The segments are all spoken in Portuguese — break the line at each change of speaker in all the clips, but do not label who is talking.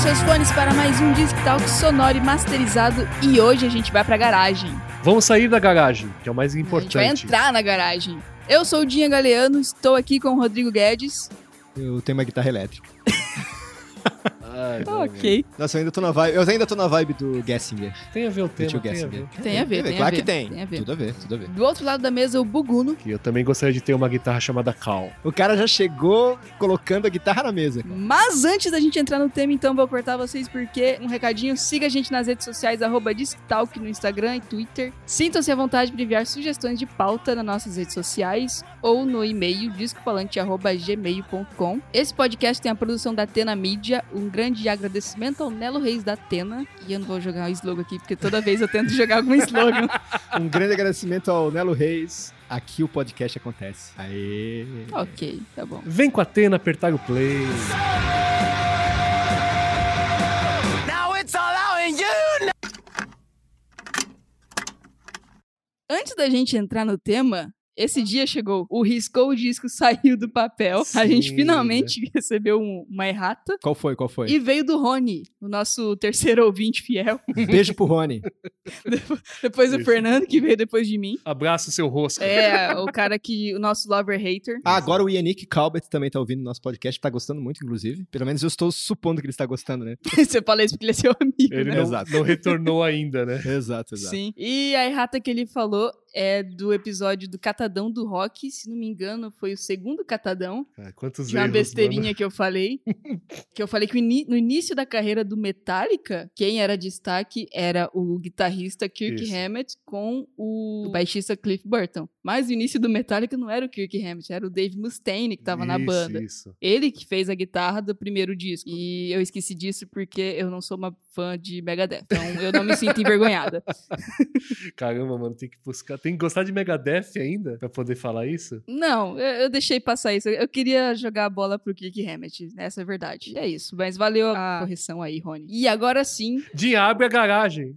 seus fones para mais um Disc Talk sonoro e masterizado. E hoje a gente vai pra garagem.
Vamos sair da garagem, que é o mais
A
importante.
gente vai entrar na garagem. Eu sou o Dinha Galeano, estou aqui com o Rodrigo Guedes.
Eu tenho uma guitarra elétrica.
Ai, meu
Ok.
Nossa, eu ainda tô na vibe, eu ainda tô na vibe do Gessinger.
Deus. Tem a ver o tema,
Tio
tem a
Gessinger.
ver.
Tem a ver, tem
claro
a ver.
que tem.
Tem a ver.
Tudo a ver, tudo a ver.
Do outro lado da mesa, o Buguno.
Que Eu também gostaria de ter uma guitarra chamada Cal.
O cara já chegou colocando a guitarra na mesa. cara.
Mas antes da gente entrar no tema, então, vou cortar vocês porque um recadinho. Siga a gente nas redes sociais, arroba Disctalk no Instagram e Twitter. Sintam-se à vontade para enviar sugestões de pauta nas nossas redes sociais ou no e-mail discopalante.gmail.com. Esse podcast tem a produção da Atena Mídia. Um grande agradecimento ao Nelo Reis da Atena. E eu não vou jogar o slogan aqui, porque toda vez eu tento jogar algum slogan.
Um grande agradecimento ao Nelo Reis. Aqui o podcast acontece. Aê!
ok, tá bom.
Vem com a Atena apertar o play.
Antes da gente entrar no tema,
Hum.
esse dia chegou. O riscou o disco saiu do papel. a
Sim,
gente finalmente recebeu um- uma errata.
Qual foi? Qual foi?
E veio do Rony, o nosso terceiro ouvinte fiel.
Um beijo pro Rony.
Depois o
Isso.
Fernando, que veio depois de mim.
Abraça o seu rosto.
É, o cara que. O nosso lover hater.
Ah, agora o Yannick Calbert também tá ouvindo nosso podcast, tá gostando muito, inclusive. Pelo menos eu estou supondo que ele está gostando, né?
Você fala isso porque ele é seu amigo,
Ele
né?
não,
Exato.
não retornou ainda, né?
Exato,
Sim. E a errata que ele falou é do episódio do Catadão do Rock. Se não me engano, foi o segundo Catadão.
Ah, Quantos
de uma
erros,
besteirinha que eu falei. que eu falei que o ini- no início da carreira do Metallica, quem era destaque era o guitarrista Kirk
Isso.
Hammett com o baixista Cliff Burton. Mas o início do Metallica não era o Kirk Hammett, era o Dave Mustaine que tava
estava
na banda.
Isso.
Ele que fez a guitarra do primeiro disco. E eu esqueci disso porque eu não sou uma fã de Megadeth. Então eu não me sinto envergonhada.
Caramba, mano, tem que buscar. Tem que gostar de Megadeth ainda pra poder falar isso?
Não, eu, eu deixei passar isso. Eu queria jogar a bola pro Kirk Hammett. Essa é a verdade. É isso. Mas valeu a correção aí, Rony. E agora sim,
Jim, abre a é garagem.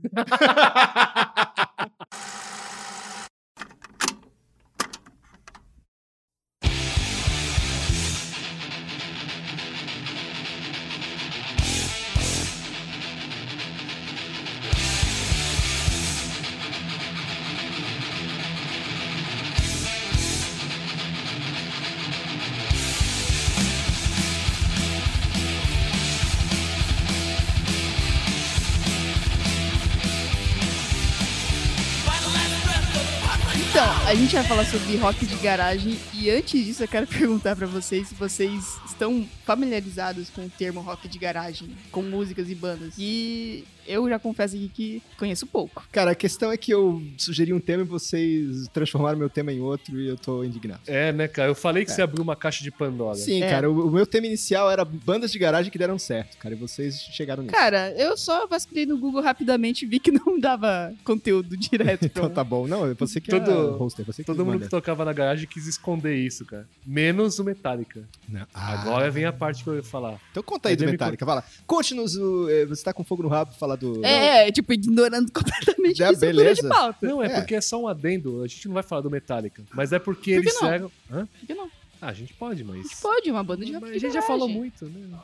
Então, a gente vai falar sobre rock de garagem e antes disso eu quero perguntar pra vocês se vocês estão familiarizados com o termo rock de garagem, com músicas e bandas. E eu já confesso aqui que conheço pouco.
Cara, a questão é que eu sugeri um tema e vocês transformaram meu tema em outro e eu tô indignado.
É, né, cara? Eu falei que
É.
você abriu uma caixa de Pandora.
Sim,
É.
cara, o, o meu tema inicial era bandas de garagem que deram certo, cara, e vocês chegaram nisso.
Cara, eu só vasculhei no Google rapidamente e vi que não dava conteúdo direto. pra um-
então tá bom. Não, você que é
Todo-
o hoster, você que
Todo mundo
manda.
que tocava na garagem quis esconder isso, cara. Menos o Metallica.
Não, ah,
Agora vem a parte que eu ia falar.
Então conta aí
Mas
do
eu me
Metallica, fala. Conte-nos, o- eh, você tá com fogo no rabo, fala do...
É, é, tipo, ignorando completamente
Já,
a estrutura de
beleza.
pauta.
Não, é,
É.
porque é só um adendo. A gente não vai falar do Metallica. Mas é porque
Por que
eles
não?
eram. Hã?
Por que não? A
Ah, a gente pode, mas.
gente pode, uma banda de rock
Mas
de
a gente já
garagem.
falou muito, né?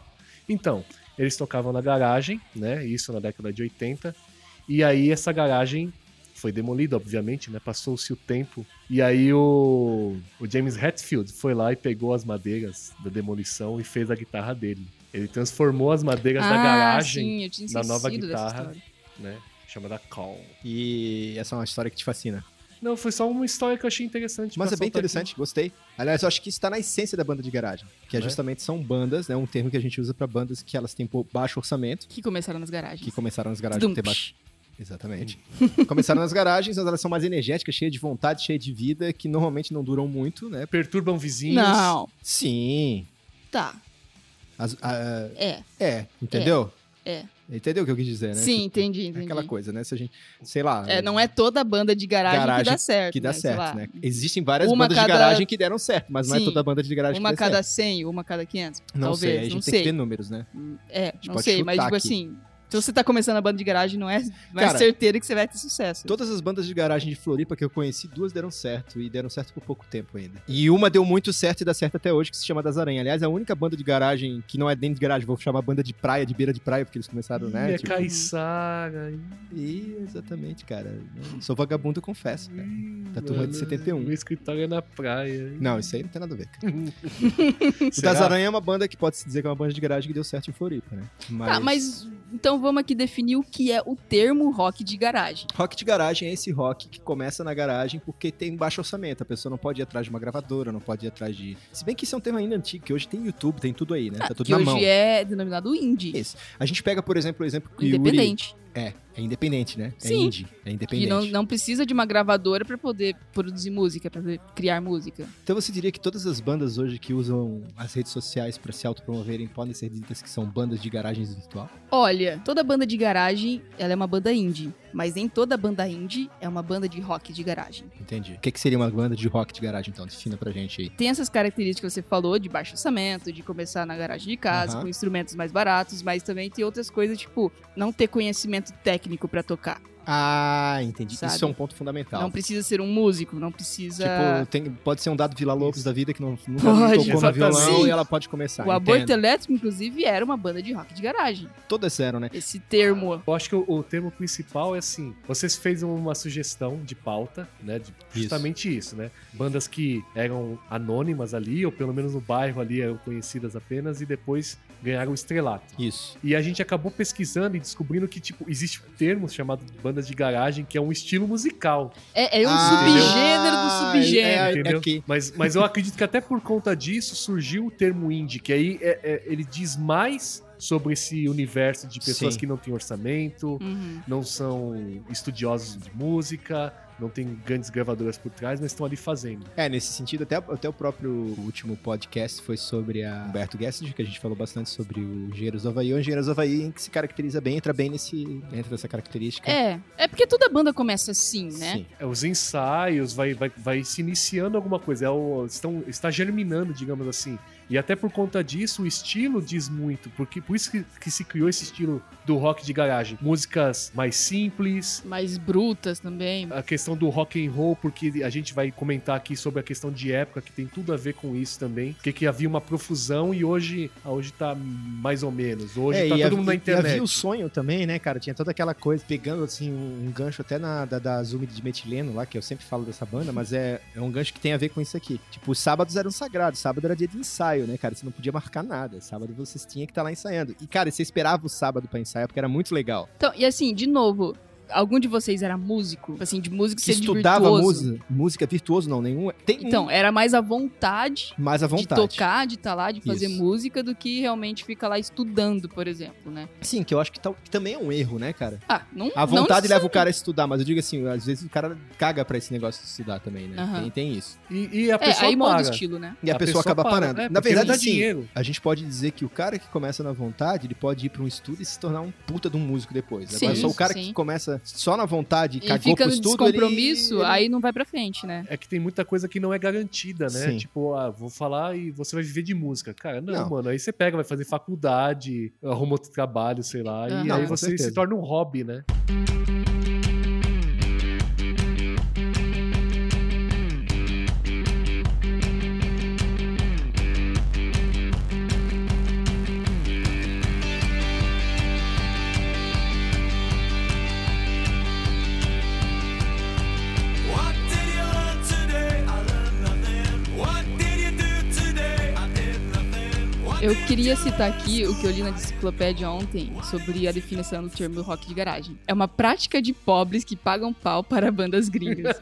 Então, eles tocavam na garagem, né? Isso na década de 80. E aí essa garagem foi demolida, obviamente, né? Passou-se o tempo. E aí o, o James Hetfield foi lá e pegou as madeiras da demolição e fez a guitarra dele. Ele transformou as madeiras da
Ah,
garagem,
sim, eu tinha
na nova
esquecido dessa
guitarra.
história.
né? Chamada Call.
E essa é uma história que te fascina.
Não, foi só uma história que eu um achei interessante.
Mas
pra
é bem
soltar aqui.
interessante, gostei. Aliás, eu acho que isso tá na essência da banda de garagem, que é
Né?
justamente são bandas, né, um termo que a gente usa pra bandas que elas têm pou- baixo orçamento,
Que começaram nas
que
garagens.
começaram nas garagens a
Dum,
ter baixo
psh.
Exatamente. Começaram nas garagens, mas elas são mais energéticas, cheias de vontade, cheias de vida, que normalmente não duram muito, né?
Perturbam vizinhos.
Não,
Sim.
tá,
As- a-
é.
é, entendeu?
É,
Entendeu o que eu quis dizer, né?
Sim,
Tipo,
entendi, entendi.
é Aquela coisa, né? Se a gente, sei lá,
É, não é toda banda de garagem, que dá
Garagem
certo.
que dá
né? Sei
certo,
lá,
né? Existem várias
Uma
bandas de
cada-
garagem que deram certo, mas não
Sim.
é toda banda de garagem
Uma
que dá
cada
certo.
100, uma cada 500,
Não
talvez,
sei, a gente
não
tem
sei.
que ver números, né?
É, não
pode
sei, mas
chutar
digo
aqui.
assim, Se você tá começando a banda de garagem, não é, não é
Cara,
certeiro que você vai ter sucesso.
Todas as bandas de garagem de Floripa que eu conheci, duas deram certo e deram certo por pouco tempo ainda. E uma deu muito certo e dá certo até hoje, que se chama Das Aranha. Aliás, é a única banda de garagem que não é dentro de garagem, vou chamar banda de praia, de beira de praia, porque eles começaram, né?
Ih, é
tipo- é.
Caiçara.
Ih, exatamente, cara. Eu sou vagabundo, eu confesso, cara.
ih,
Da Tá turma de
mano,
71.
Meu escritório é na praia.
Não, isso aí não tem nada a ver, cara. O
Será?
Das Aranha é uma banda que pode se dizer que é uma banda de garagem que deu certo em Floripa, né? Mas...
Tá, mas então vamos aqui definir o que é o termo rock de garagem.
Rock de garagem é esse rock que começa na garagem porque tem baixo orçamento. A pessoa não pode ir atrás de uma gravadora, não pode ir atrás de. Se bem que isso é um tema ainda antigo, que hoje tem YouTube, tem tudo aí, né? Tá tudo
Ah, que
na
hoje
mão.
é denominado indie.
Isso. A gente pega, por exemplo, o exemplo que o Yuri.
Independente.
É, é independente, né? É
Sim.
indie. É
Que
independente.
não, não precisa de uma gravadora pra poder produzir música, pra poder criar música.
Então você diria que todas as bandas hoje que usam as redes sociais pra se autopromoverem podem ser ditas que são bandas de garagens virtual?
Olha, toda banda de garagem, ela é uma banda indie. Mas nem toda banda indie é uma banda de rock de garagem.
Entendi. O que, que seria uma banda de rock de garagem, então? Defina pra gente aí.
Tem essas características que você falou, de baixo orçamento, de começar na garagem de casa,
Aham.
com instrumentos mais baratos, mas também tem outras coisas, tipo, não ter conhecimento técnico pra tocar.
Ah, entendi.
Sabe?
Isso é um ponto fundamental.
Não precisa ser um músico, não precisa...
Tipo, tem- pode ser um dado Vila Lobos da vida que não, nunca
Pode.
tocou no violão
Sim.
e ela pode começar.
o
tá, entendo.
Aborto é Elétrico, inclusive, era uma banda de rock de garagem.
Todas eram, né?
Esse termo.
Eu acho que o, o termo principal é assim: vocês fez uma sugestão de pauta, né? de- justamente isso. né? Bandas que eram anônimas ali, ou pelo menos no bairro ali eram conhecidas apenas, e depois ganharam o estrelato.
Isso.
E a gente acabou pesquisando e descobrindo que, tipo, existe um termo chamado bandas de garagem, que é um estilo musical.
É, é um
Ah,
subgênero do
entendeu?
subgênero.
É,
entendeu?
que-
Mas, mas eu acredito que até por conta disso surgiu o termo indie, que aí é- é- ele diz mais sobre esse universo de pessoas
Sim.
que não têm orçamento,
Uhum.
não são estudiosos de música, não tem grandes gravadoras por trás, mas estão ali fazendo.
É, nesse sentido, até, até o próprio último podcast foi sobre a Humberto Gessinger, que a gente falou bastante sobre o Engenheiros do Havaí. O Engenheiros do Havaí é um que se caracteriza bem, entra bem nesse. entra nessa característica.
É, é porque toda banda começa assim, né?
Sim.
É, os ensaios, vai, vai, vai se iniciando alguma coisa, é o- estão, está germinando, digamos assim. E até por conta disso, o estilo diz muito, porque por isso que, que se criou esse estilo do rock de garagem. Músicas mais simples,
Mais brutas também.
a questão do rock and roll, porque a gente vai comentar aqui sobre a questão de época, que tem tudo a ver com isso também. Porque que havia uma profusão e hoje, ah, hoje tá mais ou menos. Hoje
É,
tá
e
todo
a-
mundo na
e-
internet.
E havia o sonho também, né, cara? Tinha toda aquela coisa, pegando assim um, um gancho até na, da, da Zume de Metileno lá, que eu sempre falo dessa banda, mas é, é um gancho que tem a ver com isso aqui. Tipo, os sábados eram sagrados, sábado era dia de ensaio, né, cara? Você não podia marcar nada. Sábado vocês tinham que estar lá ensaiando. E, cara, você esperava o sábado pra ensaiar, porque era muito legal.
Então, e assim, de novo, algum de vocês era músico? Assim, de músico
Que
ser de
estudava
virtuoso?
música, música virtuoso, não, nenhum. Tem então,
Então, era mais a vontade,
mais à vontade.
de tocar, de estar lá, de fazer
Isso.
música, do que realmente ficar lá estudando, por exemplo, né?
Sim, que eu acho que, tal- que também é um erro, né, cara?
Ah, não
A
não
vontade
necessariamente.
leva o cara a estudar, mas eu digo assim, às vezes o cara caga pra esse negócio de estudar também, né?
Aham.
Tem, tem isso.
E, e a
É,
pessoa
aí molda o
para.
estilo, né?
E a, pessoa, acaba
para,
parando.
né?
Na
Porque
verdade,
não dá
sim.
dinheiro.
A gente pode dizer que o cara que começa na vontade, ele pode ir pra um estudo e se tornar um puta de um músico depois. Agora,
Sim,
só o cara
sim.
que começa só na vontade e
E
cagou
fica
pro
no
estudo, ele-
descompromisso,
ele...
aí não vai pra frente, né?
É que tem muita coisa que não é garantida, né?
Sim.
Tipo, ah, vou falar e você vai viver de música. Cara, não,
Não.
mano. Aí você pega, vai fazer faculdade, arruma outro trabalho, sei lá.
Aham.
E
Não,
aí
com
você
certeza.
se torna um hobby, né?
What did you learn today? I learned nothing. What did you do today? I did nothing. What
Eu queria citar aqui o que eu li na enciclopédia ontem sobre a definição do termo rock de garagem. É uma prática de pobres que pagam pau para bandas gringas.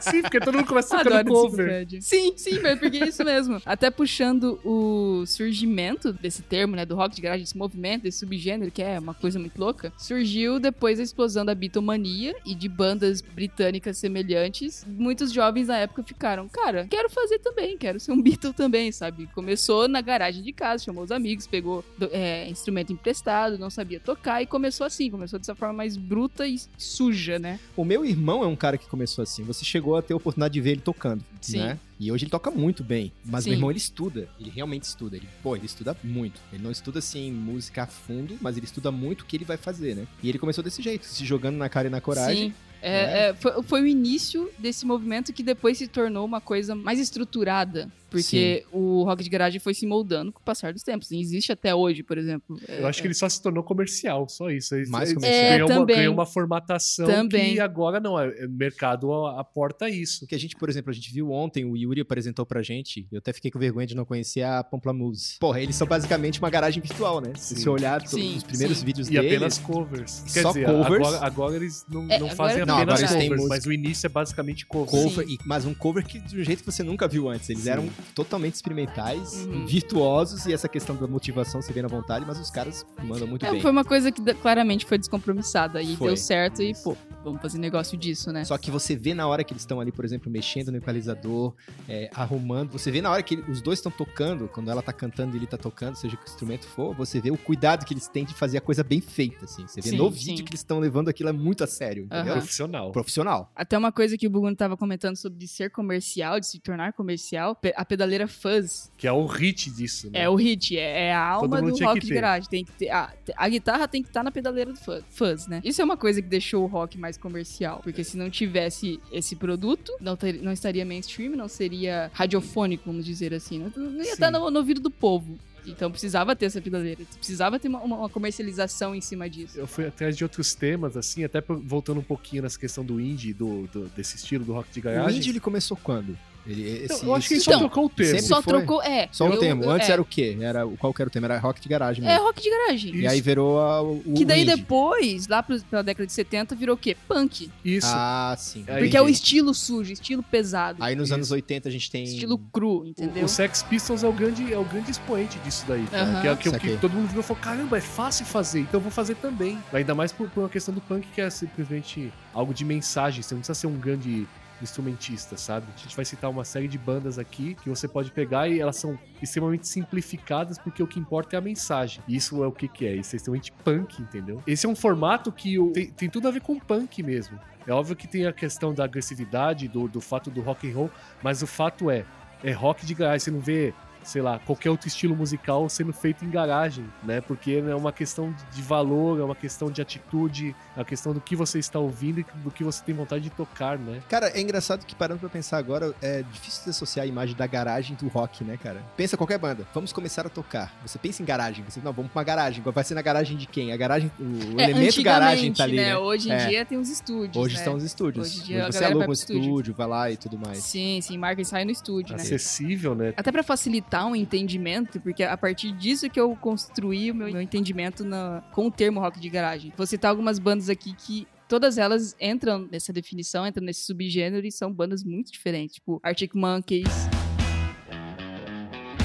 Sim, porque todo mundo começa tocando
Adoro
cover.
enciclopédia. Sim, sim, velho, porque é isso mesmo. Até puxando o surgimento desse termo, né, do rock de garagem, desse movimento, desse subgênero, que é uma coisa muito louca, surgiu depois da explosão da bitomania e de bandas britânicas semelhantes. Muitos jovens na época ficaram, cara, quero fazer também, quero ser um Beatle também, sabe? Começou na garagem de casa, chamou os amigos, pegou do- é, instrumento emprestado, não sabia tocar e começou assim, começou dessa forma mais bruta e suja, né?
O meu irmão é um cara que começou assim. Você chegou a ter a oportunidade de ver ele tocando,
Sim.
né? E hoje ele toca muito bem. Mas
Sim.
meu irmão, ele estuda. Ele realmente estuda. Ele, pô, ele estuda muito. Ele não estuda, assim, música a fundo, mas ele estuda muito o que ele vai fazer, né? E ele começou desse jeito, se jogando na cara e na coragem. né?
Sim. É, é, foi, foi o início desse movimento que depois se tornou uma coisa mais estruturada. Porque o rock de garagem foi se moldando com o passar dos tempos. E existe até hoje, por exemplo.
Eu acho que ele só se tornou comercial, só isso. Ele-
Mais
ele
comercial.
É,
ganhou, uma,
também.
ganhou uma formatação
Também.
que agora não, é- é- o mercado a- aporta isso.
Que a gente, por exemplo, a gente viu ontem, o Yuri apresentou pra gente, eu até fiquei com vergonha de não conhecer a Pamplamuse. Porra, eles são basicamente uma garagem virtual, né? Se
Sim.
você olhar to-
Sim,
os primeiros
sim.
vídeos
E
deles...
apenas covers.
E
Quer
só
dizer,
covers?
Agora, agora eles não,
É,
não
agora
fazem
não,
apenas
agora eles
têm
covers,
música.
mas o início é basicamente covers.
cover,
Sim.
e- mas um cover que de um jeito que você nunca viu antes. Eles
Sim.
eram totalmente experimentais,
Uhum.
virtuosos e essa questão da motivação se vê na vontade, mas os caras mandam muito
É,
bem.
foi uma coisa que da- claramente foi descompromissada. E
Foi.
deu certo e, pô, vamos fazer negócio disso, né?
Só que você vê na hora que eles estão ali, por exemplo, mexendo no equalizador, é, arrumando. Você vê na hora que ele- os dois estão tocando, quando ela tá cantando e ele tá tocando, seja que instrumento for, você vê o cuidado que eles têm de fazer a coisa bem feita, assim. Você vê
Sim,
no vídeo
sim.
que eles estão levando aquilo é muito a sério, entendeu?
Aham.
Profissional.
Profissional.
Até uma coisa que o Buguno tava comentando sobre de ser comercial, de se tornar comercial, pe- a pedaleira fuzz
Que é o hit disso, né?
é o hit, é, é a alma
mundo
do
tinha
rock
que
de
ter.
garagem. Tem que ter, a, a guitarra tem que estar na pedaleira do fuzz, fuzz, né? Isso é uma coisa que deixou o rock mais comercial, porque se não tivesse esse produto, não, ter- não estaria mainstream, não seria radiofônico, vamos dizer assim. Não, não ia
Sim.
estar no, no ouvido do povo. Então precisava ter essa pedaleira, precisava ter uma- uma- uma comercialização em cima disso.
Eu fui atrás de outros temas, assim, até pro- voltando um pouquinho nessa questão do indie, do, do- desse estilo do rock de
O
garagem.
índio ele começou quando? Ele,
Então,
esse-
eu acho que ele
esse-
só
Então,
trocou o termo.
sempre-
só
foi?
trocou. É.
Só o
eu-
termo. Antes
é,
era o quê? Era, o- qual que era o tema? Era rock de garagem
É
mesmo.
rock de garagem.
e aí virou a, o
Que daí
indie.
depois, lá pro- pela década de 70, virou o quê? Punk.
Isso.
Ah, sim.
Porque
Porque
entendi.
é o estilo sujo, estilo pesado,
Aí nos
Isso.
anos 80 a gente tem...
estilo cru,
O,
entendeu?
o Sex Pistols é o grande, é o grande expoente disso daí. né?
Aham.
Que é o que, o
Saquei.
que todo mundo viu e falou: caramba, é fácil fazer, então eu vou fazer também. Ainda mais por, por uma questão do punk que é simplesmente algo de mensagem. Você não precisa ser um grande instrumentista, sabe? A gente vai citar uma série de bandas aqui que você pode pegar e elas são extremamente simplificadas porque o que importa é a mensagem. E Isso é o que, que é, isso é extremamente punk, entendeu? Esse é um formato que o- tem, tem tudo a ver com punk mesmo. É óbvio que tem a questão da agressividade, do, do fato do rock and roll, mas o fato é, é rock de garagem, você não vê, sei lá, qualquer outro estilo musical sendo feito em garagem, né? Porque é uma questão de valor, é uma questão de atitude, é uma questão do que você está ouvindo e do que você tem vontade de tocar, né?
Cara, é engraçado que parando pra pensar agora, é difícil desassociar a imagem da garagem do rock, né, cara? Pensa qualquer banda, vamos começar a tocar. Você pensa em garagem, você não, vamos pra uma garagem. Vai ser na garagem de quem? A garagem, o
É,
elemento garagem
antigamente,
tá ali, né?
Hoje em
É.
dia tem os estúdios.
Hoje
né?
estão os estúdios.
Hoje em
Hoje,
dia a
você
galera vai
aluga
pro
um
estúdio.
estúdio. vai lá e tudo mais.
Sim, sim, marca e sai no estúdio, né?
Tá
Acessível, né?
Até pra facilitar um entendimento, porque a partir disso que eu construí o meu, meu entendimento na- com o termo rock de garagem. Vou citar algumas bandas aqui que todas elas entram nessa definição, entram nesse subgênero e são bandas muito diferentes. Tipo, Arctic Monkeys,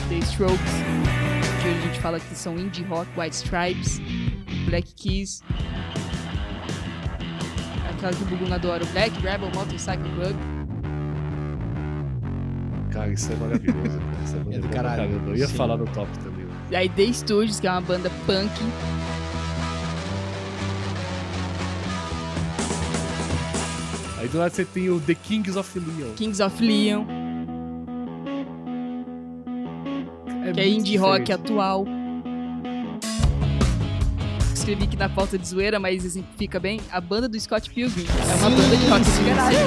The Strokes, que hoje a gente fala que são indie rock, White Stripes, Black Keys. Aquela que o Bugun adora, o Black Rebel Motorcycle Club.
Cara, isso é maravilhoso. cara. Isso é, maravilhoso
do
pra
caralho.
caramba. Eu ia
Sim.
falar no top também. né?
Aí The Studios, que é uma banda punk.
Aí do lado você tem o The Kings of Leon.
Kings of Leon, que é
muito
indie rock
diferente.
atual. Escrevi aqui na pauta de zoeira, mas exemplifica bem. A banda do Scott Pilgrim é uma
Sim,
banda de rock de
sim,
garagem.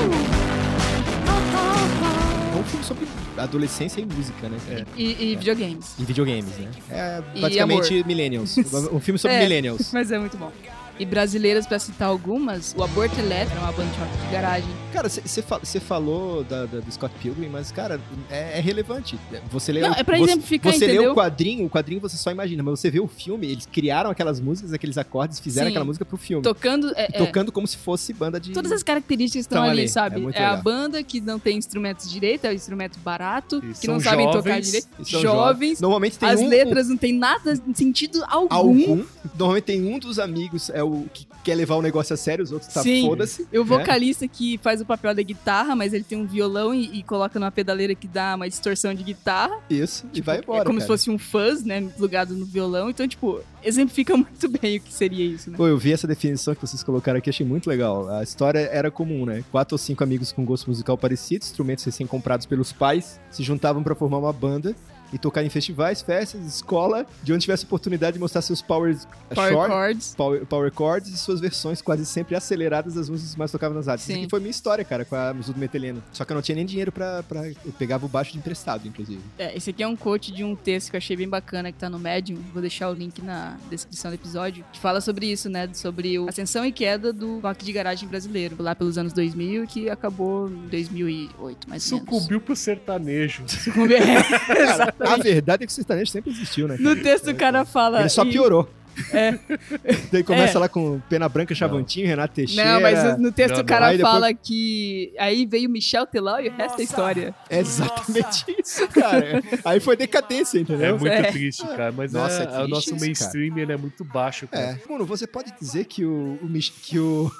É um filme sobre adolescência e música, né? cara?
E, e videogames.
E videogames, né? É
É. E
praticamente Millennials. Um filme sobre
É.
Millennials.
Mas é muito bom. E brasileiras, pra citar algumas, o Aborto Elétrico é uma banda de rock de garagem.
Cara, você falou da, da- do Scott Pilgrim, mas, cara, é, é relevante. Você lê
Não,
o,
é pra
você,
exemplificar,
Você lê
entendeu?
o quadrinho, o quadrinho você só imagina, mas você vê o filme, eles criaram aquelas músicas, aqueles acordes, fizeram
Sim.
aquela música pro filme.
Tocando. é-
E
é,
tocando como se fosse banda de.
Todas as características estão
Estão
ali,
ali, é
sabe?
muito
É, a
legal.
banda que não tem instrumentos direito, é um instrumento barato,
E
que
são
não sabem tocar
jovens,
direito.
e
Jovens,
são Normalmente tem
as um.
um,
letras não tem nada, sentido algum.
algum. Normalmente tem um dos amigos, é o que quer levar o negócio a sério, os outros tá
Sim.
foda-se.
E o
né?
vocalista que faz o papel da guitarra, mas ele tem um violão e, e coloca numa pedaleira que dá uma distorção de guitarra.
Isso, e vai embora.
é como se
cara.
fosse um fuzz, né? Plugado no violão. Então, tipo, exemplifica muito bem o que seria isso, né?
Pô, eu vi essa definição que vocês colocaram aqui, achei muito legal. A história era comum, né? Quatro ou cinco amigos com gosto musical parecido, instrumentos recém-comprados pelos pais, se juntavam pra formar uma banda e tocar em festivais, festas, escola, de onde tivesse oportunidade de mostrar seus powers
Power
É short,
chords.
power, power chords e suas versões quase sempre aceleradas das músicas que mais tocavam nas artes.
Sim.
Isso aqui foi minha história, cara, com a Musu do Meteleno. Só que eu não tinha nem dinheiro pra, pra... Eu pegava o baixo de emprestado, inclusive.
É, esse aqui é um coach de um texto que eu achei bem bacana que tá no Medium. Vou deixar o link na descrição do episódio. Que fala sobre isso, né? Sobre a ascensão e queda do rock de garagem brasileiro. Lá pelos anos 2000, que acabou em 2008, mais ou menos.
Sucumbiu pro sertanejo.
Sucumbiu.
A verdade é que o sertanejo sempre existiu, né?
no texto o cara fala...
Ele só
"E-
piorou.
É.
Daí começa lá com Pena Branca, Chavantinho, Renato Teixeira.
Não, mas no texto
Não,
o
não.
cara
Aí depois-
fala que aí veio Michel Teló e o resto é história.
É exatamente isso, cara. Aí foi decadência,
É
entendeu?
muito
É.
triste, cara. Mas é-
Nossa, é triste
o nosso
isso,
mainstream ele é muito baixo,
É.
cara.
Mano, você pode dizer que o, o Mich- que o,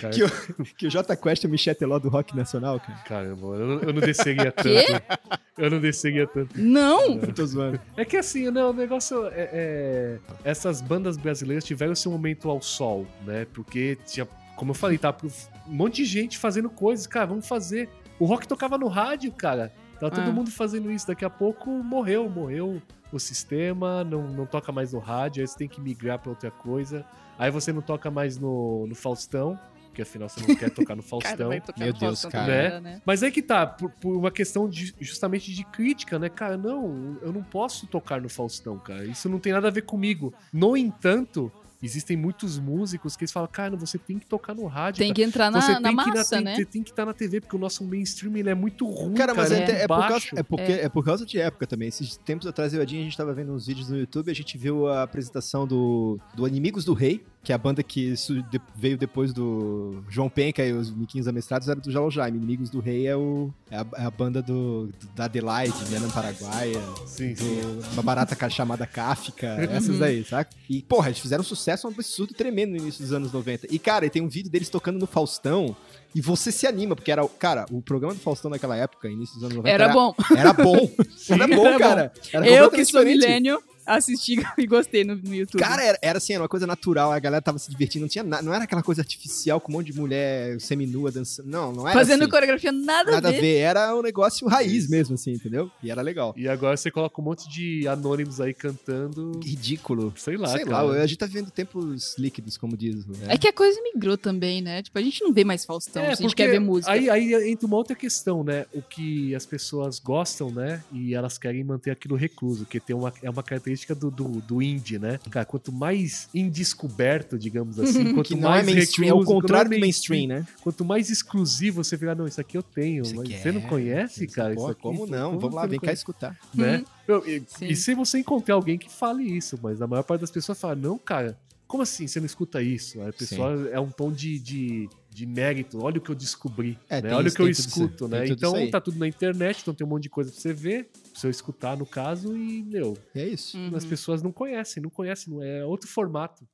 Cara,
que que o J Quest é o Michel Teló do rock nacional, cara?
Caramba, eu não, eu não desceria
Quê?
tanto. Eu não desceria tanto.
Não!
Eu tô zoando.
É que assim, né, o negócio é, é- Essas bandas brasileiras tiveram seu momento ao sol, né? Porque tinha, como eu falei, tava um monte de gente fazendo coisas, cara, vamos fazer. O rock tocava no rádio, cara. Tava
Ah.
todo mundo fazendo isso. Daqui a pouco morreu, morreu o sistema, não, não toca mais no rádio, aí você tem que migrar pra outra coisa. Aí você não toca mais no, no Faustão, porque afinal você não quer tocar no
então
Faustão.
tá
Meu Deus, cara.
né?
Mas é que tá, por, por uma questão de- justamente de crítica, né? Cara, não, eu não posso tocar no Faustão, cara. Isso não tem nada a ver comigo. No entanto, existem muitos músicos que eles falam, cara, você tem que tocar no rádio.
Tem que entrar
cara.
na,
você
na
tem que ir
massa,
tem-
né?
Você tem que estar na TV, porque o nosso mainstream ele é muito ruim,
Cara, mas é,
é
até- é por causa,
baixo.
é, porque, é por causa de época também. Esses tempos atrás, eu e a Dinha, a gente tava vendo uns vídeos no YouTube, a gente viu a apresentação do, do Inimigos do Rei, que é a banda que su- de- veio depois do João Penca e os Miquinhos Amestrados, era do Jalo Jaime. Inimigos do Rei é, o, é, a, é a banda do, do- da Adelaide, né, na Paraguaia,
Sim, sim.
do, uma barata ca- chamada Kafka, essas
Uhum.
daí, saca? E, porra, eles fizeram um sucesso absurdo tremendo no início dos anos 90. E, cara, e tem um vídeo deles tocando no Faustão, e você se anima, porque era, o- cara, o programa do Faustão naquela época, início dos anos 90,
Era bom.
era bom. Era bom,
Era
cara. Era
Eu que
completamente
sou
diferente.
milênio, assisti e gostei no, no YouTube.
Cara, era, era assim, era uma coisa natural, a galera tava se divertindo, não tinha nada, não era aquela coisa artificial com um monte de mulher seminua dançando, não, não era
Fazendo
assim.
coreografia nada, a
Nada a
ver.
ver, era um negócio raiz mesmo, assim, entendeu? E era legal.
E agora você coloca um monte de anônimos aí cantando.
Ridículo.
Sei lá,
Sei
cara.
lá, a gente tá vendo tempos líquidos, como diz. né?
É que a coisa migrou também, né? Tipo, a gente não vê mais
Então,
Faustão,
É,
a gente
porque
quer ver música.
Aí, aí entra uma outra questão, né? O que as pessoas gostam, né? E elas querem manter aquilo recluso, que tem uma, é uma característica do, do, do indie, né? Cara, quanto mais indescoberto, digamos assim, quanto
Que não é
mais
mainstream, é o
recluso,
contrário
não é
do mainstream, né?
Quanto mais exclusivo você virar, não, isso aqui eu tenho,
Isso
mas
aqui
você
é,
não conhece, cara?
Pô,
isso aqui,
é como não?
como
Vamos lá,
você não
vem cá
conhece,
escutar.
Né? Eu- e,
Sim.
e se você encontrar alguém que fale isso, mas a maior parte das pessoas fala, não, cara, como assim você não escuta isso? Aí a pessoa é um tom de, de, de mérito, olha o que eu descobri,
É,
né?
tem
olha
isso,
o que eu
tem tudo isso,
escuto,
tem
né?
tudo isso
Então
aí.
tá tudo na internet, então tem um monte de coisa pra você ver, pra você escutar no caso, e, meu,
E é isso.
Uhum.
as pessoas não conhecem, não conhecem, não é outro formato.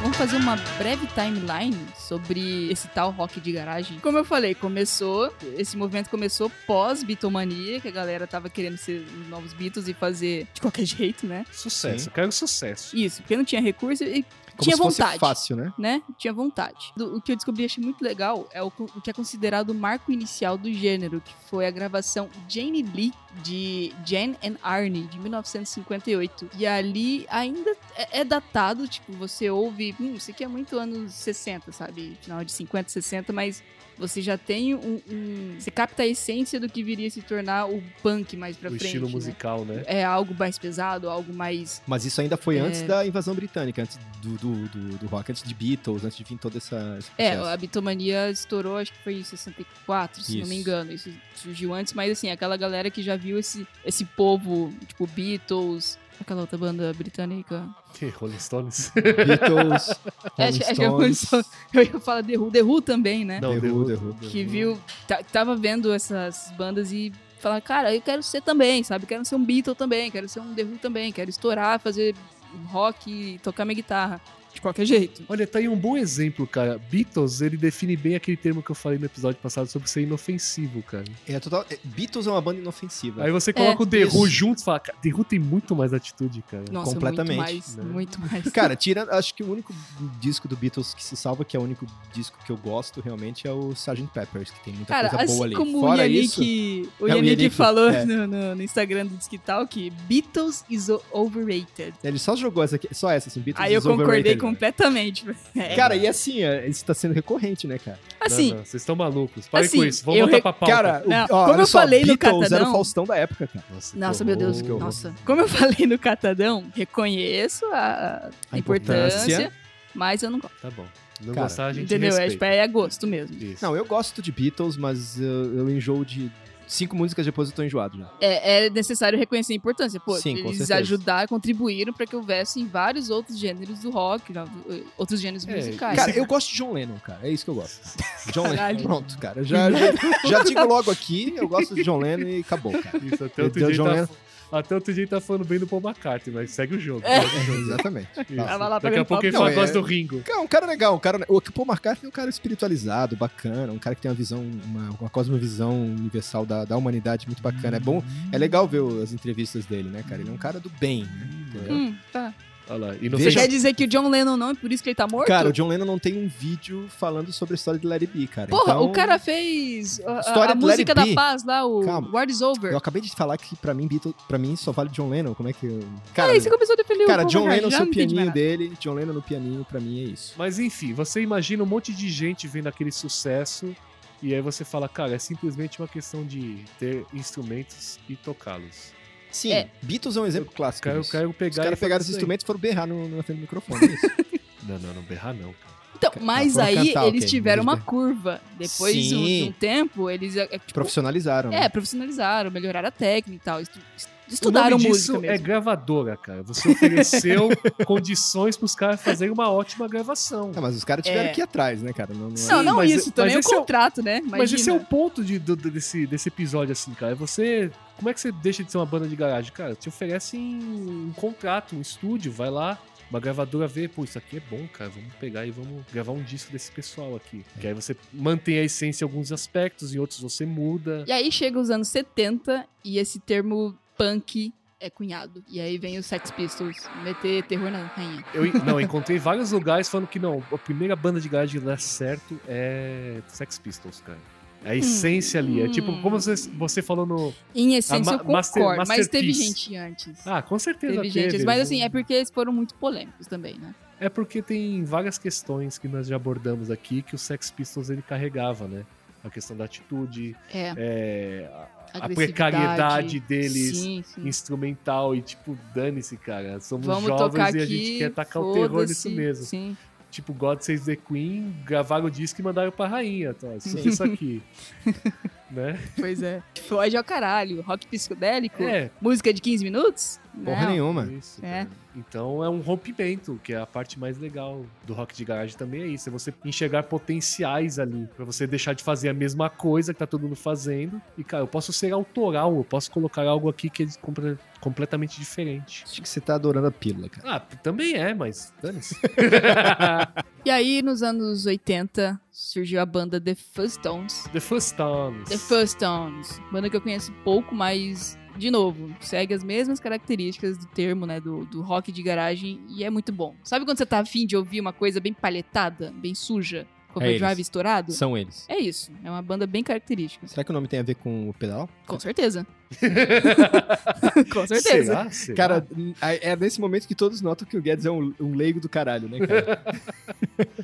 Vamos fazer uma breve timeline sobre esse tal rock de garagem. Como eu falei, começou, esse movimento começou pós-bitomania, que a galera tava querendo ser os novos Beatles e fazer de qualquer jeito, né?
Sucesso,
Sim.
eu quero sucesso.
Isso, porque não tinha recurso e
Como
tinha
se fosse
vontade,
fácil, né?
né? Tinha vontade. Do- o que eu descobri e achei muito legal é o, co- o que é considerado o marco inicial do gênero, que foi a gravação Jane Lee de Jan and Arne, de 1958. E ali ainda é, é datado, tipo, você ouve. Hum, isso aqui é muito anos 60, sabe? Final de 50, 60, mas você já tem um. um- você capta a essência do que viria a se tornar o punk mais pra
o
frente.
estilo
né?
musical, né?
É algo mais pesado, algo mais.
Mas isso ainda foi
É.
antes da invasão britânica, antes do, do, do, do rock, antes de Beatles, antes de vir toda essa. esse
É,
processo.
a bitomania estourou, acho que foi em 64, se não me
Isso.
engano. Isso surgiu antes, mas assim, aquela galera que já viu esse, esse povo, tipo Beatles, aquela outra banda britânica.
Que Rolling Stones.
Né?
Beatles,
Acho
Rolling
que- acho que é Rolling
Stones.
Eu ia falar The Who, The Who também, né?
Não,
The
The
Who,
Who,
The
The Who.
que viu, ta- tava vendo essas bandas e falar, cara, eu quero ser também, sabe? Quero ser um Beatle também, quero ser um The Who também, quero estourar, fazer rock e tocar minha guitarra. De qualquer jeito.
Olha, tá aí um bom exemplo, cara. Beatles, ele define bem aquele termo que eu falei no episódio passado sobre ser inofensivo, cara.
É total- é, Beatles é uma banda inofensiva.
Aí você coloca o
É,
The
isso.
Who junto e fala, cara, The Who tem muito mais atitude, cara.
Nossa,
Completamente,
muito mais,
né?
muito mais.
Cara, tirando, acho que o único disco do Beatles que se salva, que é o único disco que eu gosto realmente, é o Sgt. Peppers, que tem muita
Cara,
coisa
assim
boa ali.
como
Fora
o Yannick,
isso,
o
É, o
Yannick
Yannick,
falou
é.
no, no- no Instagram do Disque Talk, Beatles is o- overrated.
ele só jogou essa aqui, só essa, assim, Beatles
Aí eu
is
concordei
overrated.
completamente. É.
Cara, e assim, é, isso tá sendo recorrente, né, cara?
assim,
Não, não, Vocês estão malucos. Parem
Assim,
com isso. Vamos
eu
voltar
re-
pra pauta.
Cara, o-
Não,
ó,
como
olha
eu
só,
falei no
Beatles era
Catadão-
o Faustão da época, cara.
Nossa, que
Nossa, meu Deus,
horror.
que horror.
nossa. Como eu falei no Catadão, reconheço a,
A
importância,
importância.
mas eu não gosto.
Tá bom. Não
Cara,
gostar, a gente
Entendeu? É, tipo,
respeita.
é a gosto mesmo.
Isso.
Não, eu gosto de Beatles, mas uh, eu enjoo de cinco músicas depois eu tô enjoado já.
É, é necessário reconhecer a importância. Pô,
Sim, com
eles
certeza.
ajudaram, contribuíram pra que houvesse em vários outros gêneros do rock, não, outros gêneros
É,
musicais.
Cara, eu gosto de John Lennon, cara. É isso que eu gosto. John
Ah, Caralho.
Lennon. Pronto, cara. Já, já, já digo logo aqui, eu gosto de John Lennon e acabou, cara.
Isso, até
Meu
outro, dia
Deus, John
tá,
Lennon.
até outro dia ele tá falando bem do Paul McCartney, mas segue o jogo.
Exatamente.
Isso.
Tava É. lá tá
Daqui a
pagando
pouco ele
pau.
fala
Não,
gosta
é-
do Ringo.
Cara, um cara legal, um cara. O Paul McCartney é um cara espiritualizado, bacana, um cara que tem uma visão, uma, uma cosmovisão universal da, da humanidade muito bacana. É bom,
Hum,
é legal ver o- as entrevistas dele, né, cara? Ele é um cara do bem, né? Entendeu?
Hum, tá.
Olha lá.
Você
Veja-
Inofensivo.
quer dizer que o John Lennon não, e por isso que ele tá morto?
Cara, o John Lennon não tem um vídeo falando sobre a história de Larry B, cara.
Porra,
Então,
o cara é fez a, a-
História
a
do Let It
música da
Be.
paz lá, o
Calma.
War is Over.
Eu acabei de falar que pra mim, Beatles, pra mim só vale John Lennon. Como é que. eu- Cara,
Aí você começou a defender
cara
Ah, o
John
Lennon
Lennon, seu pianinho dele, John Lennon no pianinho, pra mim é isso.
Mas enfim, você imagina um monte de gente vendo aquele sucesso e aí você fala, cara, é simplesmente uma questão de ter instrumentos e tocá-los.
Sim,
É.
Beatles é um exemplo clássico.
Cara, eu
disso.
quero
Os
pegar.
caras
e fazer
pegaram os
isso aí.
instrumentos e foram berrar no, na frente do microfone. é isso.
Não, não, não berrar não, cara.
Então,
Cara,
mas
foram
aí
cantar,
eles
ok,
tiveram uma
beleza.
curva. Depois de um,
Sim.
de um tempo, eles é, é, tipo,
Profissionalizaram. né?
é, profissionalizaram, melhoraram a técnica e tal. estu- est- estudaram
o nome
música
disso é
mesmo.
gravadora, cara. Você ofereceu condições pros caras fazerem uma ótima gravação.
Não, mas os caras tiveram
É.
que ir atrás, né, cara? Não, não é-
não, não
mas-
isso, também
mas
o
esse é o-
contrato, né? Imagina.
Mas esse é o ponto de- do- do- desse, desse episódio, assim, cara. É Você. Como é que você deixa de ser uma banda de garagem? Cara, te oferecem um contrato, um estúdio, vai lá, uma gravadora vê, pô, isso aqui é bom, cara. Vamos pegar e vamos gravar um disco desse pessoal aqui. Que aí você mantém a essência em alguns aspectos, em outros você muda.
E aí chega os anos 70 e esse termo punk é cunhado. E aí vem os Sex Pistols meter terror na rainha.
Eu en- não, encontrei vários lugares falando que não, a primeira banda de garagem que dá certo é Sex Pistols, cara. É
Hum.
a essência ali. É tipo, como você, você falou no.
Em essência,
ma-
eu concordo,
master-
mas teve
masterpiece.
gente antes.
Ah, com certeza.
teve gente,
teve,
antes, mas
né?
assim, é porque eles foram muito polêmicos também, né?
É porque tem várias questões que nós já abordamos aqui que o Sex Pistols ele carregava, né? A questão da atitude,
É,
é, a
agressividade.
precariedade deles,
Sim, sim.
instrumental e tipo, dane-se, cara. Somos
Vamos
jovens
tocar aqui.
e a gente quer tacar o terror nisso
foda-se.
mesmo.
Sim.
Tipo, God Save the Queen, gravaram o disco e mandaram pra rainha. Tá? Escuta
Sim.
isso aqui. né?
Pois é. Floyd ao caralho. Rock psicodélico.
É,
Música de 15 minutos?
Porra
Não.
nenhuma.
Isso,
É.
cara. Então é um rompimento, que é a parte mais legal do rock de garagem também é isso. É você enxergar potenciais ali, pra você deixar de fazer a mesma coisa que tá todo mundo fazendo. E, cara, eu posso ser autoral, eu posso colocar algo aqui que é comple- completamente diferente.
Acho que você tá adorando a pílula, cara.
Ah, p- também é, mas dane-se.
E aí, nos anos 80, surgiu a banda The Fuzz
The First Times.
The Fuzz Banda que eu conheço um pouco, mas, de novo, segue as mesmas características do termo, né? Do, do rock de garagem e é muito bom. Sabe quando você tá afim de ouvir uma coisa bem palhetada, bem suja? Overdrive
eles.
estourado.
São eles.
É isso. É uma banda bem característica.
Será que o nome tem a ver com o pedal?
Com certeza. Com certeza.
Será? Será?
Cara, n- aí é nesse momento que todos notam que o Guedes é um, um leigo do caralho, né, cara?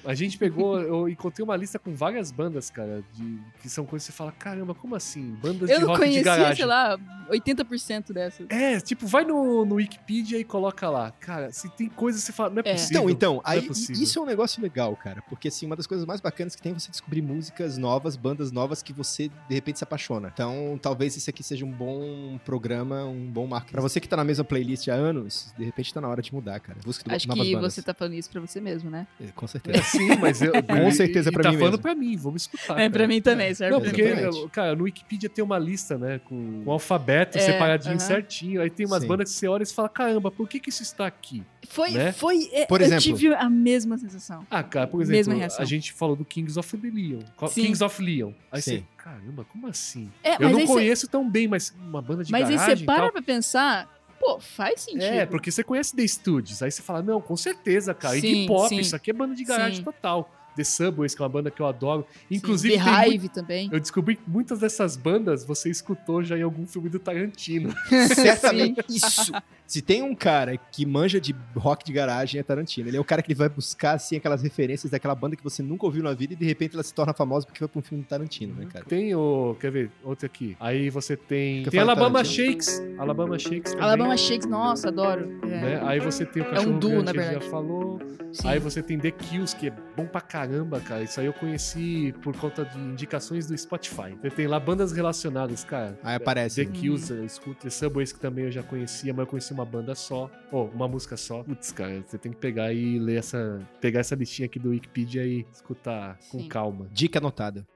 A gente pegou, eu encontrei uma lista com várias bandas, cara, de, que são coisas que você fala, caramba, como assim? Bandas
Eu
de
não
rock de
conhecia,
garagem.
sei lá, 80% dessas.
É, tipo, vai no, no Wikipedia e coloca lá. Cara, se tem coisa que você fala, não é,
É.
possível.
então, então, aí,
Não é possível.
isso é um negócio legal, cara. Porque, assim, uma das coisas mais bacanas que tem é você descobrir músicas novas, bandas novas que você, de repente, se apaixona. Então, talvez esse aqui seja um bom programa, um bom marco. Pra você que tá na mesma playlist há anos, de repente tá na hora de mudar, cara. Busca do-
Acho
novas
que
bandas.
você tá falando isso pra você mesmo, né?
É, Com certeza.
Sim, assim, mas eu,
Com certeza é
e- e
pra
tá
mim
falando
mesmo.
pra mim, vamos escutar.
É, pra
cara.
mim também, serve
Não,
pra
porque,
mim.
Exatamente.
cara, no Wikipedia tem uma lista, né, com, com alfabeto
É,
separadinho
aham.
certinho. Aí tem umas
Sim.
bandas que você olha e você fala, caramba, por que que isso está aqui?
Foi,
Né?
foi. é,
Por
Eu
exemplo.
tive a mesma sensação.
Ah, cara, por
Mesma
exemplo,
reação.
a gente falou do Kings of the Leon. Co-
Sim.
Kings of Leon. Aí
Sim.
você, caramba, como assim?
É,
Eu
mas
não
aí cê-
conheço tão bem, mas uma banda de
Mas aí
garagem
você
e
para
tal.
pra pensar, pô, faz sentido.
É, porque você conhece The Studios. Aí você fala, não, com certeza, cara.
Sim,
Iggy Pop,
sim.
isso aqui é banda de garagem
Sim.
total. The Subways, que é uma banda que eu adoro.
Sim,
Inclusive, tem
Beehive
muito-
também.
eu descobri que muitas dessas bandas você escutou já em algum filme do Tarantino.
Certamente isso. Se tem um cara que manja de rock de garagem é Tarantino. Ele é o cara que ele vai buscar assim aquelas referências daquela banda que você nunca ouviu na vida e de repente ela se torna famosa porque foi pra um filme do Tarantino, né, cara?
Tem o. Quer ver? Outro aqui. Aí você tem.
Que
tem
eu falo
Alabama
Tarantino.
Shakes. Alabama Shakes. Também,
Alabama Shakes, nossa, adoro. É.
um né? Aí você tem o Cachorro
duo,
Grande,
na
que a gente
verdade.
já falou.
Sim.
Aí você tem The Kills, que é bom pra caramba, cara. Isso aí eu conheci por conta de indicações do Spotify. Você tem lá bandas relacionadas, cara.
Aí aparece.
The
né?
Kills, eu escuto The Subways, que também eu já conhecia, mas eu conheci uma banda só, ou uma música só. Putz, cara, você tem que pegar e ler essa. pegar essa listinha aqui do Wikipedia e escutar com
Sim.
calma.
Dica anotada.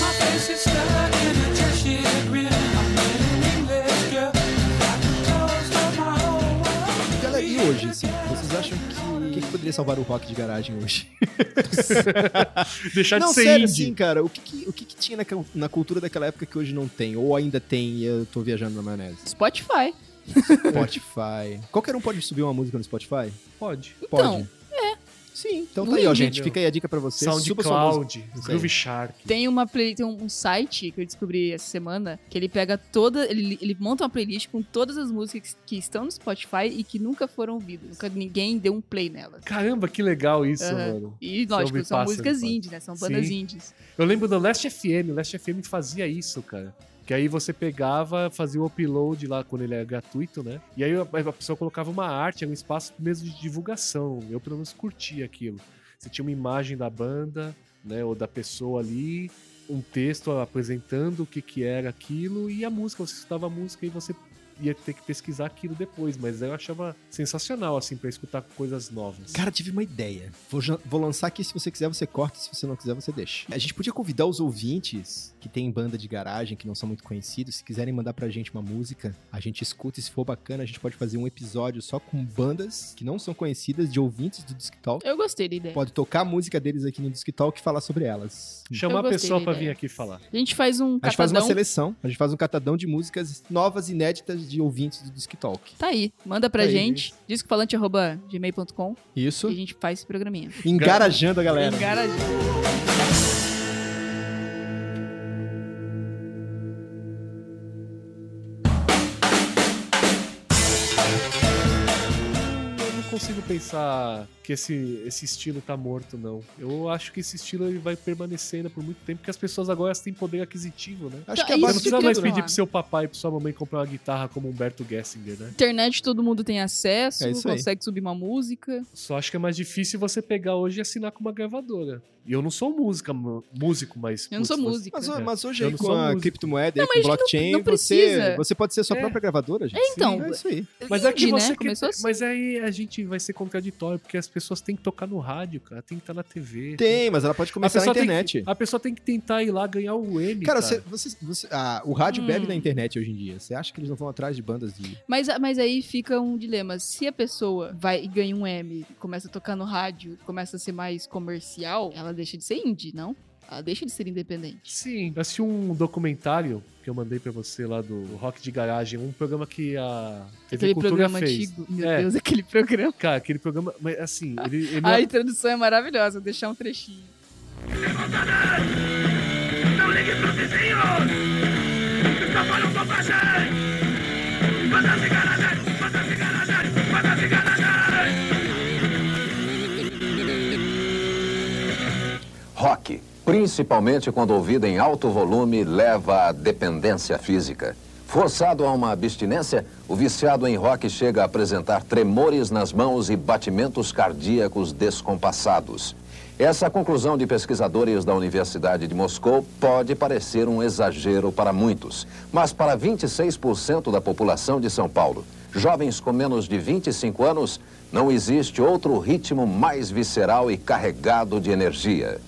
My face is stuck in a Cheshire grin. I'm an English girl. I could close up my whole world.
Cara, E hoje, assim, vocês acham que. O que, que poderia salvar o rock de garagem hoje?
Deixar
não,
de ser
sério,
indie.
assim, cara, o que, que- o que, que tinha na, cu- na cultura daquela época que hoje não tem? Ou ainda tem e eu tô viajando na maionese?
Spotify.
Spotify. Qualquer um pode subir uma música no Spotify?
Pode.
Então,
Sim. Então
No
tá aí, ó,
limite.
gente. Fica aí a dica pra vocês.
é
Suba sua música.
SoundCloud,
Isso aí.
Groove Shark.
tem uma play, tem um, um site que eu descobri essa semana que ele pega toda. Ele, ele monta uma playlist com todas as músicas que estão no Spotify e que nunca foram ouvidas. Nunca ninguém deu um play nelas.
Caramba, que legal isso,
Aham.
mano.
E
Só
lógico,
me
são
passa,
músicas
me passa.
indies, né? São bandas
Sim.
indies.
Eu lembro do Last FM, o Last FM fazia isso, cara. Que aí você pegava, fazia o upload lá quando ele era gratuito, né? E aí a a pessoa colocava uma arte, era um espaço mesmo de divulgação. Eu pelo menos curtia aquilo. Você tinha uma imagem da banda, né? Ou da pessoa ali, um texto apresentando o que, que era aquilo e a música. Você escutava a música e você ia ter que pesquisar aquilo depois. Mas eu achava sensacional, assim, pra escutar coisas novas.
Cara, tive uma ideia. Vou, jan- vou lançar aqui, se você quiser, você corta, se você não quiser, você deixa. A gente podia convidar os ouvintes que tem banda de garagem, que não são muito conhecidos, se quiserem mandar pra gente uma música, a gente escuta e se for bacana, a gente pode fazer um episódio só com bandas que não são conhecidas, de ouvintes do Disc Talk.
Eu gostei da ideia.
Pode tocar a música deles aqui no Disc Talk e falar sobre elas.
Chamar
eu
a
gostei
pessoa
da
pra
ideia.
vir aqui falar.
A gente faz um
A gente faz
catadão.
uma seleção, a gente faz um catadão de músicas novas, inéditas de ouvintes do Disc Talk.
Tá aí. Manda pra
Tá aí,
gente. discofalante.gmail.com e
Isso.
a gente faz esse programinha.
Engarajando a galera.
Engarajando.
Eu não consigo pensar que esse, esse estilo tá morto, não. Eu acho que esse estilo ele vai permanecer ainda por muito tempo, porque as pessoas agora elas têm poder aquisitivo, né?
Acho
Tá,
que a
isso
Você
de
não precisa
base
mais
tudo,
pedir
Juan.
pro seu papai e pro sua mamãe comprar uma guitarra como Humberto Gessinger, né?
Internet todo mundo tem acesso,
É isso aí.
consegue subir uma música.
Só acho que é mais difícil você pegar hoje e assinar com uma gravadora. E eu não sou um música, mu- músico, mas.
Eu não sou
putz, você-
música.
Mas,
É.
mas hoje
Eu
aí
não
com
sou
a
músico.
criptomoeda, e
um Não,
com
mas não-
blockchain,
não
você,
precisa.
você pode ser sua
É.
própria gravadora, gente.
É, então.
É isso aí.
Mas é que
Indie,
você.
né?
que-
Começou assim.
Mas aí a gente vai ser contraditório, porque as- pessoas têm que tocar no rádio, cara. Tem que estar na TV.
Tem, mas ela pode começar na
pessoa tem
internet.
A pessoa tem que tentar ir lá ganhar o M.
Cara,
Cara,
você, você, você- ah, o rádio
Hum.
bebe da internet hoje em dia. Você acha que eles não vão atrás de bandas de.
Mas, mas aí fica um dilema. Se a pessoa vai e ganha um M, começa a tocar no rádio, começa a ser mais comercial, ela deixa de ser indie, não? Ela deixa de ser independente.
Sim, eu assisti um documentário que eu mandei pra você lá do Rock de Garagem, um programa que a TV
Aquele
Cultura
programa
fez.
antigo. Meu
É.
Deus, aquele programa.
Cara, aquele programa, mas assim, ele, ele
A introdução é maravilhosa, vou deixar um trechinho.
Rock, principalmente quando ouvido em alto volume, leva à dependência física. Forçado a uma abstinência, o viciado em rock chega a apresentar tremores nas mãos e batimentos cardíacos descompassados. Essa conclusão de pesquisadores da Universidade de Moscou pode parecer um exagero para muitos, mas para 26% da população de São Paulo, jovens com menos de 25 anos, não existe outro ritmo mais visceral e carregado de energia.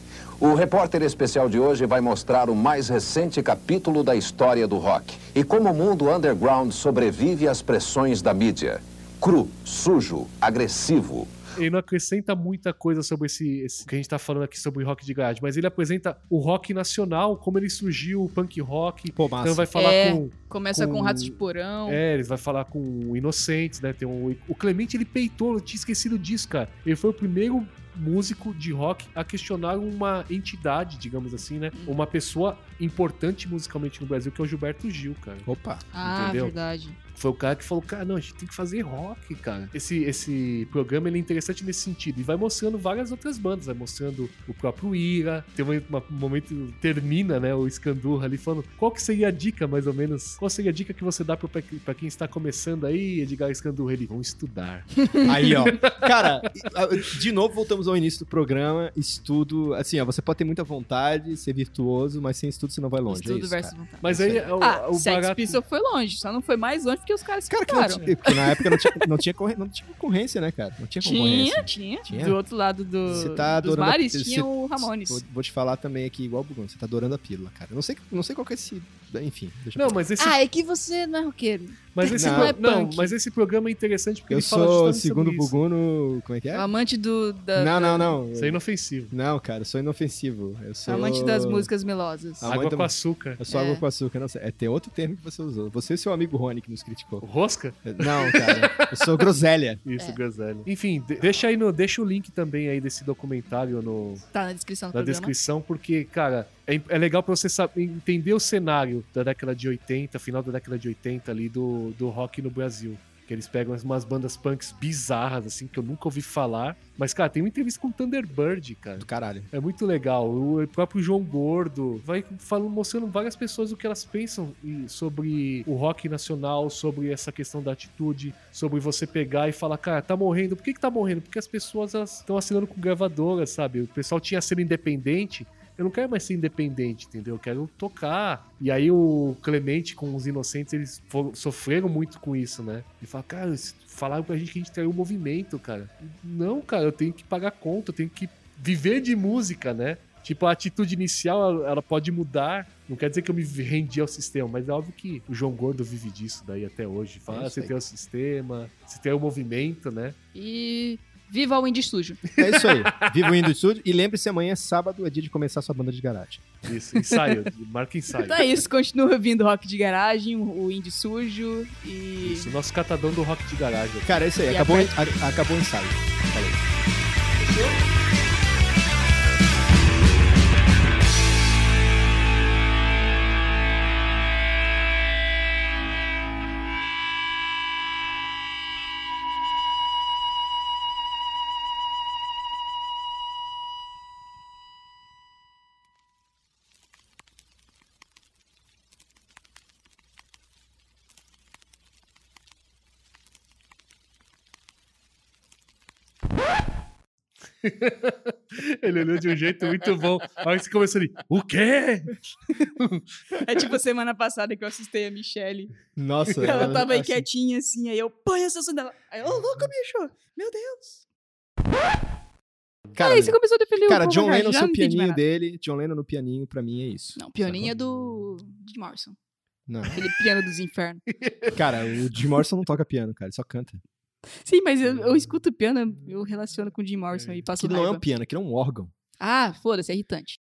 O repórter especial de hoje vai mostrar o mais recente capítulo da história do rock e como o mundo underground sobrevive às pressões da mídia. Cru, sujo, agressivo.
ele não acrescenta muita coisa sobre esse, esse que a gente tá falando aqui sobre o rock de garagem, mas ele apresenta o rock nacional, como ele surgiu, o punk rock.
Pô, massa.
Então vai falar
É.
com.
Começa com,
Com-
Ratos de Porão.
É, ele vai falar com o Inocentes, né? Tem um, o Clemente ele peitou, eu tinha esquecido disso, cara. Ele foi o primeiro músico de rock a questionar uma entidade, digamos assim, né? Uma pessoa importante musicalmente no Brasil, que é o Gilberto Gil, cara.
Opa!
ah,
entendeu?
verdade.
Foi o cara que falou, cara, não, a gente tem que fazer rock, cara. Esse, esse programa ele é interessante nesse sentido. E vai mostrando várias outras bandas, vai mostrando o próprio Ira. Tem um uma- um momento, termina, né, o Escandurra ali falando qual que seria a dica, mais ou menos. Qual seria a dica que você dá pro- pra, pra quem está começando aí, Edgar Escandurra? Ele, vão estudar.
Aí, ó. Cara, de novo voltamos ao início do programa. Estudo, assim, ó, você pode ter muita vontade, ser virtuoso, mas sem estudo você não vai longe. é
Estudo
isso,
versus
cara.
vontade.
Mas aí, o,
ah,
o
Sex
barato...
Pistols foi longe, só não foi mais longe porque os caras
Cara, que não
ficaram.
tinha- porque na época não tinha, não, tinha concorrência, não tinha concorrência, né, cara? Não tinha
Tinha,
concorrência.
tinha,
Tinha?
Do outro lado do,
Você tá
dos
adorando a-
bares
você-
tinha o Ramones.
Vou, vou te falar também aqui, igual o Bugão, você tá adorando a pílula, cara. Eu Não sei, não sei qual que é esse. Enfim, deixa eu
Não, mas esse,
Ah, é que você não é roqueiro.
mas, esse
não,
pro-
é
não,
punk.
mas esse programa é interessante porque
Eu
ele fala
sou o
justamente
segundo
sobre isso.
Buguno. Como é que é?
O amante do, da,
Não, não, não.
Isso é inofensivo.
Não, cara, eu sou inofensivo. Eu sou.
amante das músicas melosas.
Ah,
Água
muito
com
bom.
açúcar.
Eu sou
É.
água com açúcar, não sei. É, tem outro termo que você usou. Você e seu amigo Rony que nos criticou. É,
Rosca?
Não, cara. Eu sou groselha.
Isso, groselha. Enfim, de- deixa aí no, deixa o link também aí desse documentário no,
Tá na descrição do
na
programa.
descrição, porque, cara, é, im- é legal pra você saber, entender o cenário da década de 80, final da década de 80 ali do, do rock no Brasil. Que eles pegam umas- umas bandas punks bizarras, assim, que eu nunca ouvi falar. Mas, cara, tem uma entrevista com o Thunderbird, cara.
Do caralho.
É muito legal. O próprio João Gordo vai falando, mostrando várias pessoas o que elas pensam e- sobre o rock nacional, sobre essa questão da atitude, sobre você pegar e falar, cara, tá morrendo. Por que, que tá morrendo? Porque as pessoas estão assinando com gravadoras, sabe? O pessoal tinha sido independente. Eu não quero mais ser independente, entendeu? Eu quero tocar. E aí o Clemente com os Inocentes, eles foram- sofreram muito com isso, né? Ele fala, cara, eles falaram pra gente que a gente traiu o movimento, cara. Não, cara, eu tenho que pagar conta, eu tenho que viver de música, né? Tipo, a atitude inicial, ela, ela pode mudar. Não quer dizer que eu me rendi ao sistema, mas é óbvio que o João Gordo vive disso daí até hoje.
É
Fala,
isso
ah, você
aí.
tem o sistema, você tem o movimento, né?
E viva o Indie Sujo.
É isso aí. Viva o Indo Estúdio. E lembre-se, amanhã é sábado, é dia de começar sua banda de garagem.
Isso, ensaio, marca ensaio.
Então é isso, continua ouvindo Rock de Garagem, o Indie Sujo e...
Isso, nosso catadão do rock de garagem.
Cara, é isso aí.
E
Acabou, a- acabou o ensaio. Falei.
Ele olhou de um jeito muito bom. A hora que você começou ali, o quê?
É tipo semana passada que eu assustei a Michelle.
Nossa.
Ela
eu-
tava aí
É, assim,
quietinha assim, aí eu ponho a sessão dela. Aí, ô louco, bicho! Meu Deus! Cara, Aí você começou a defender
cara
o
John
Beauregard,
Lennon
já
seu
não entendi mais
pianinho
nada.
dele. John Lennon no pianinho, pra mim, é isso.
Não, pianinho é do Jim Morrison.
Não.
Aquele piano dos infernos.
Cara, o Jim Morrison não toca piano, cara, ele só canta.
Sim, mas eu, eu escuto o piano, eu relaciono com o Jim Morrison e passo
Aquilo não é
raiva.
um piano, aquilo é um órgão.
Ah, foda-se, é irritante.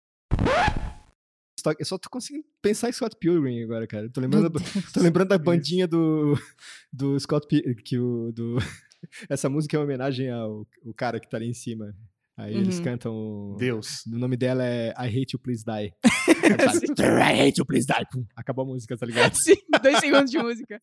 Só- Eu só tô conseguindo pensar em Scott Pilgrim agora, cara. Eu Tô
Meu
lembrando, da-
Deus.
tô lembrando da bandinha do, do Scott Pilgrim, que o, do... Essa música é uma homenagem ao o cara que tá ali em cima. Aí eles
Uhum.
cantam...
Deus.
O nome dela é I Hate You Please Die. Aí fala, I Hate You Please Die. Pum, Acabou a música, tá ligado?
Sim, dois segundos de música.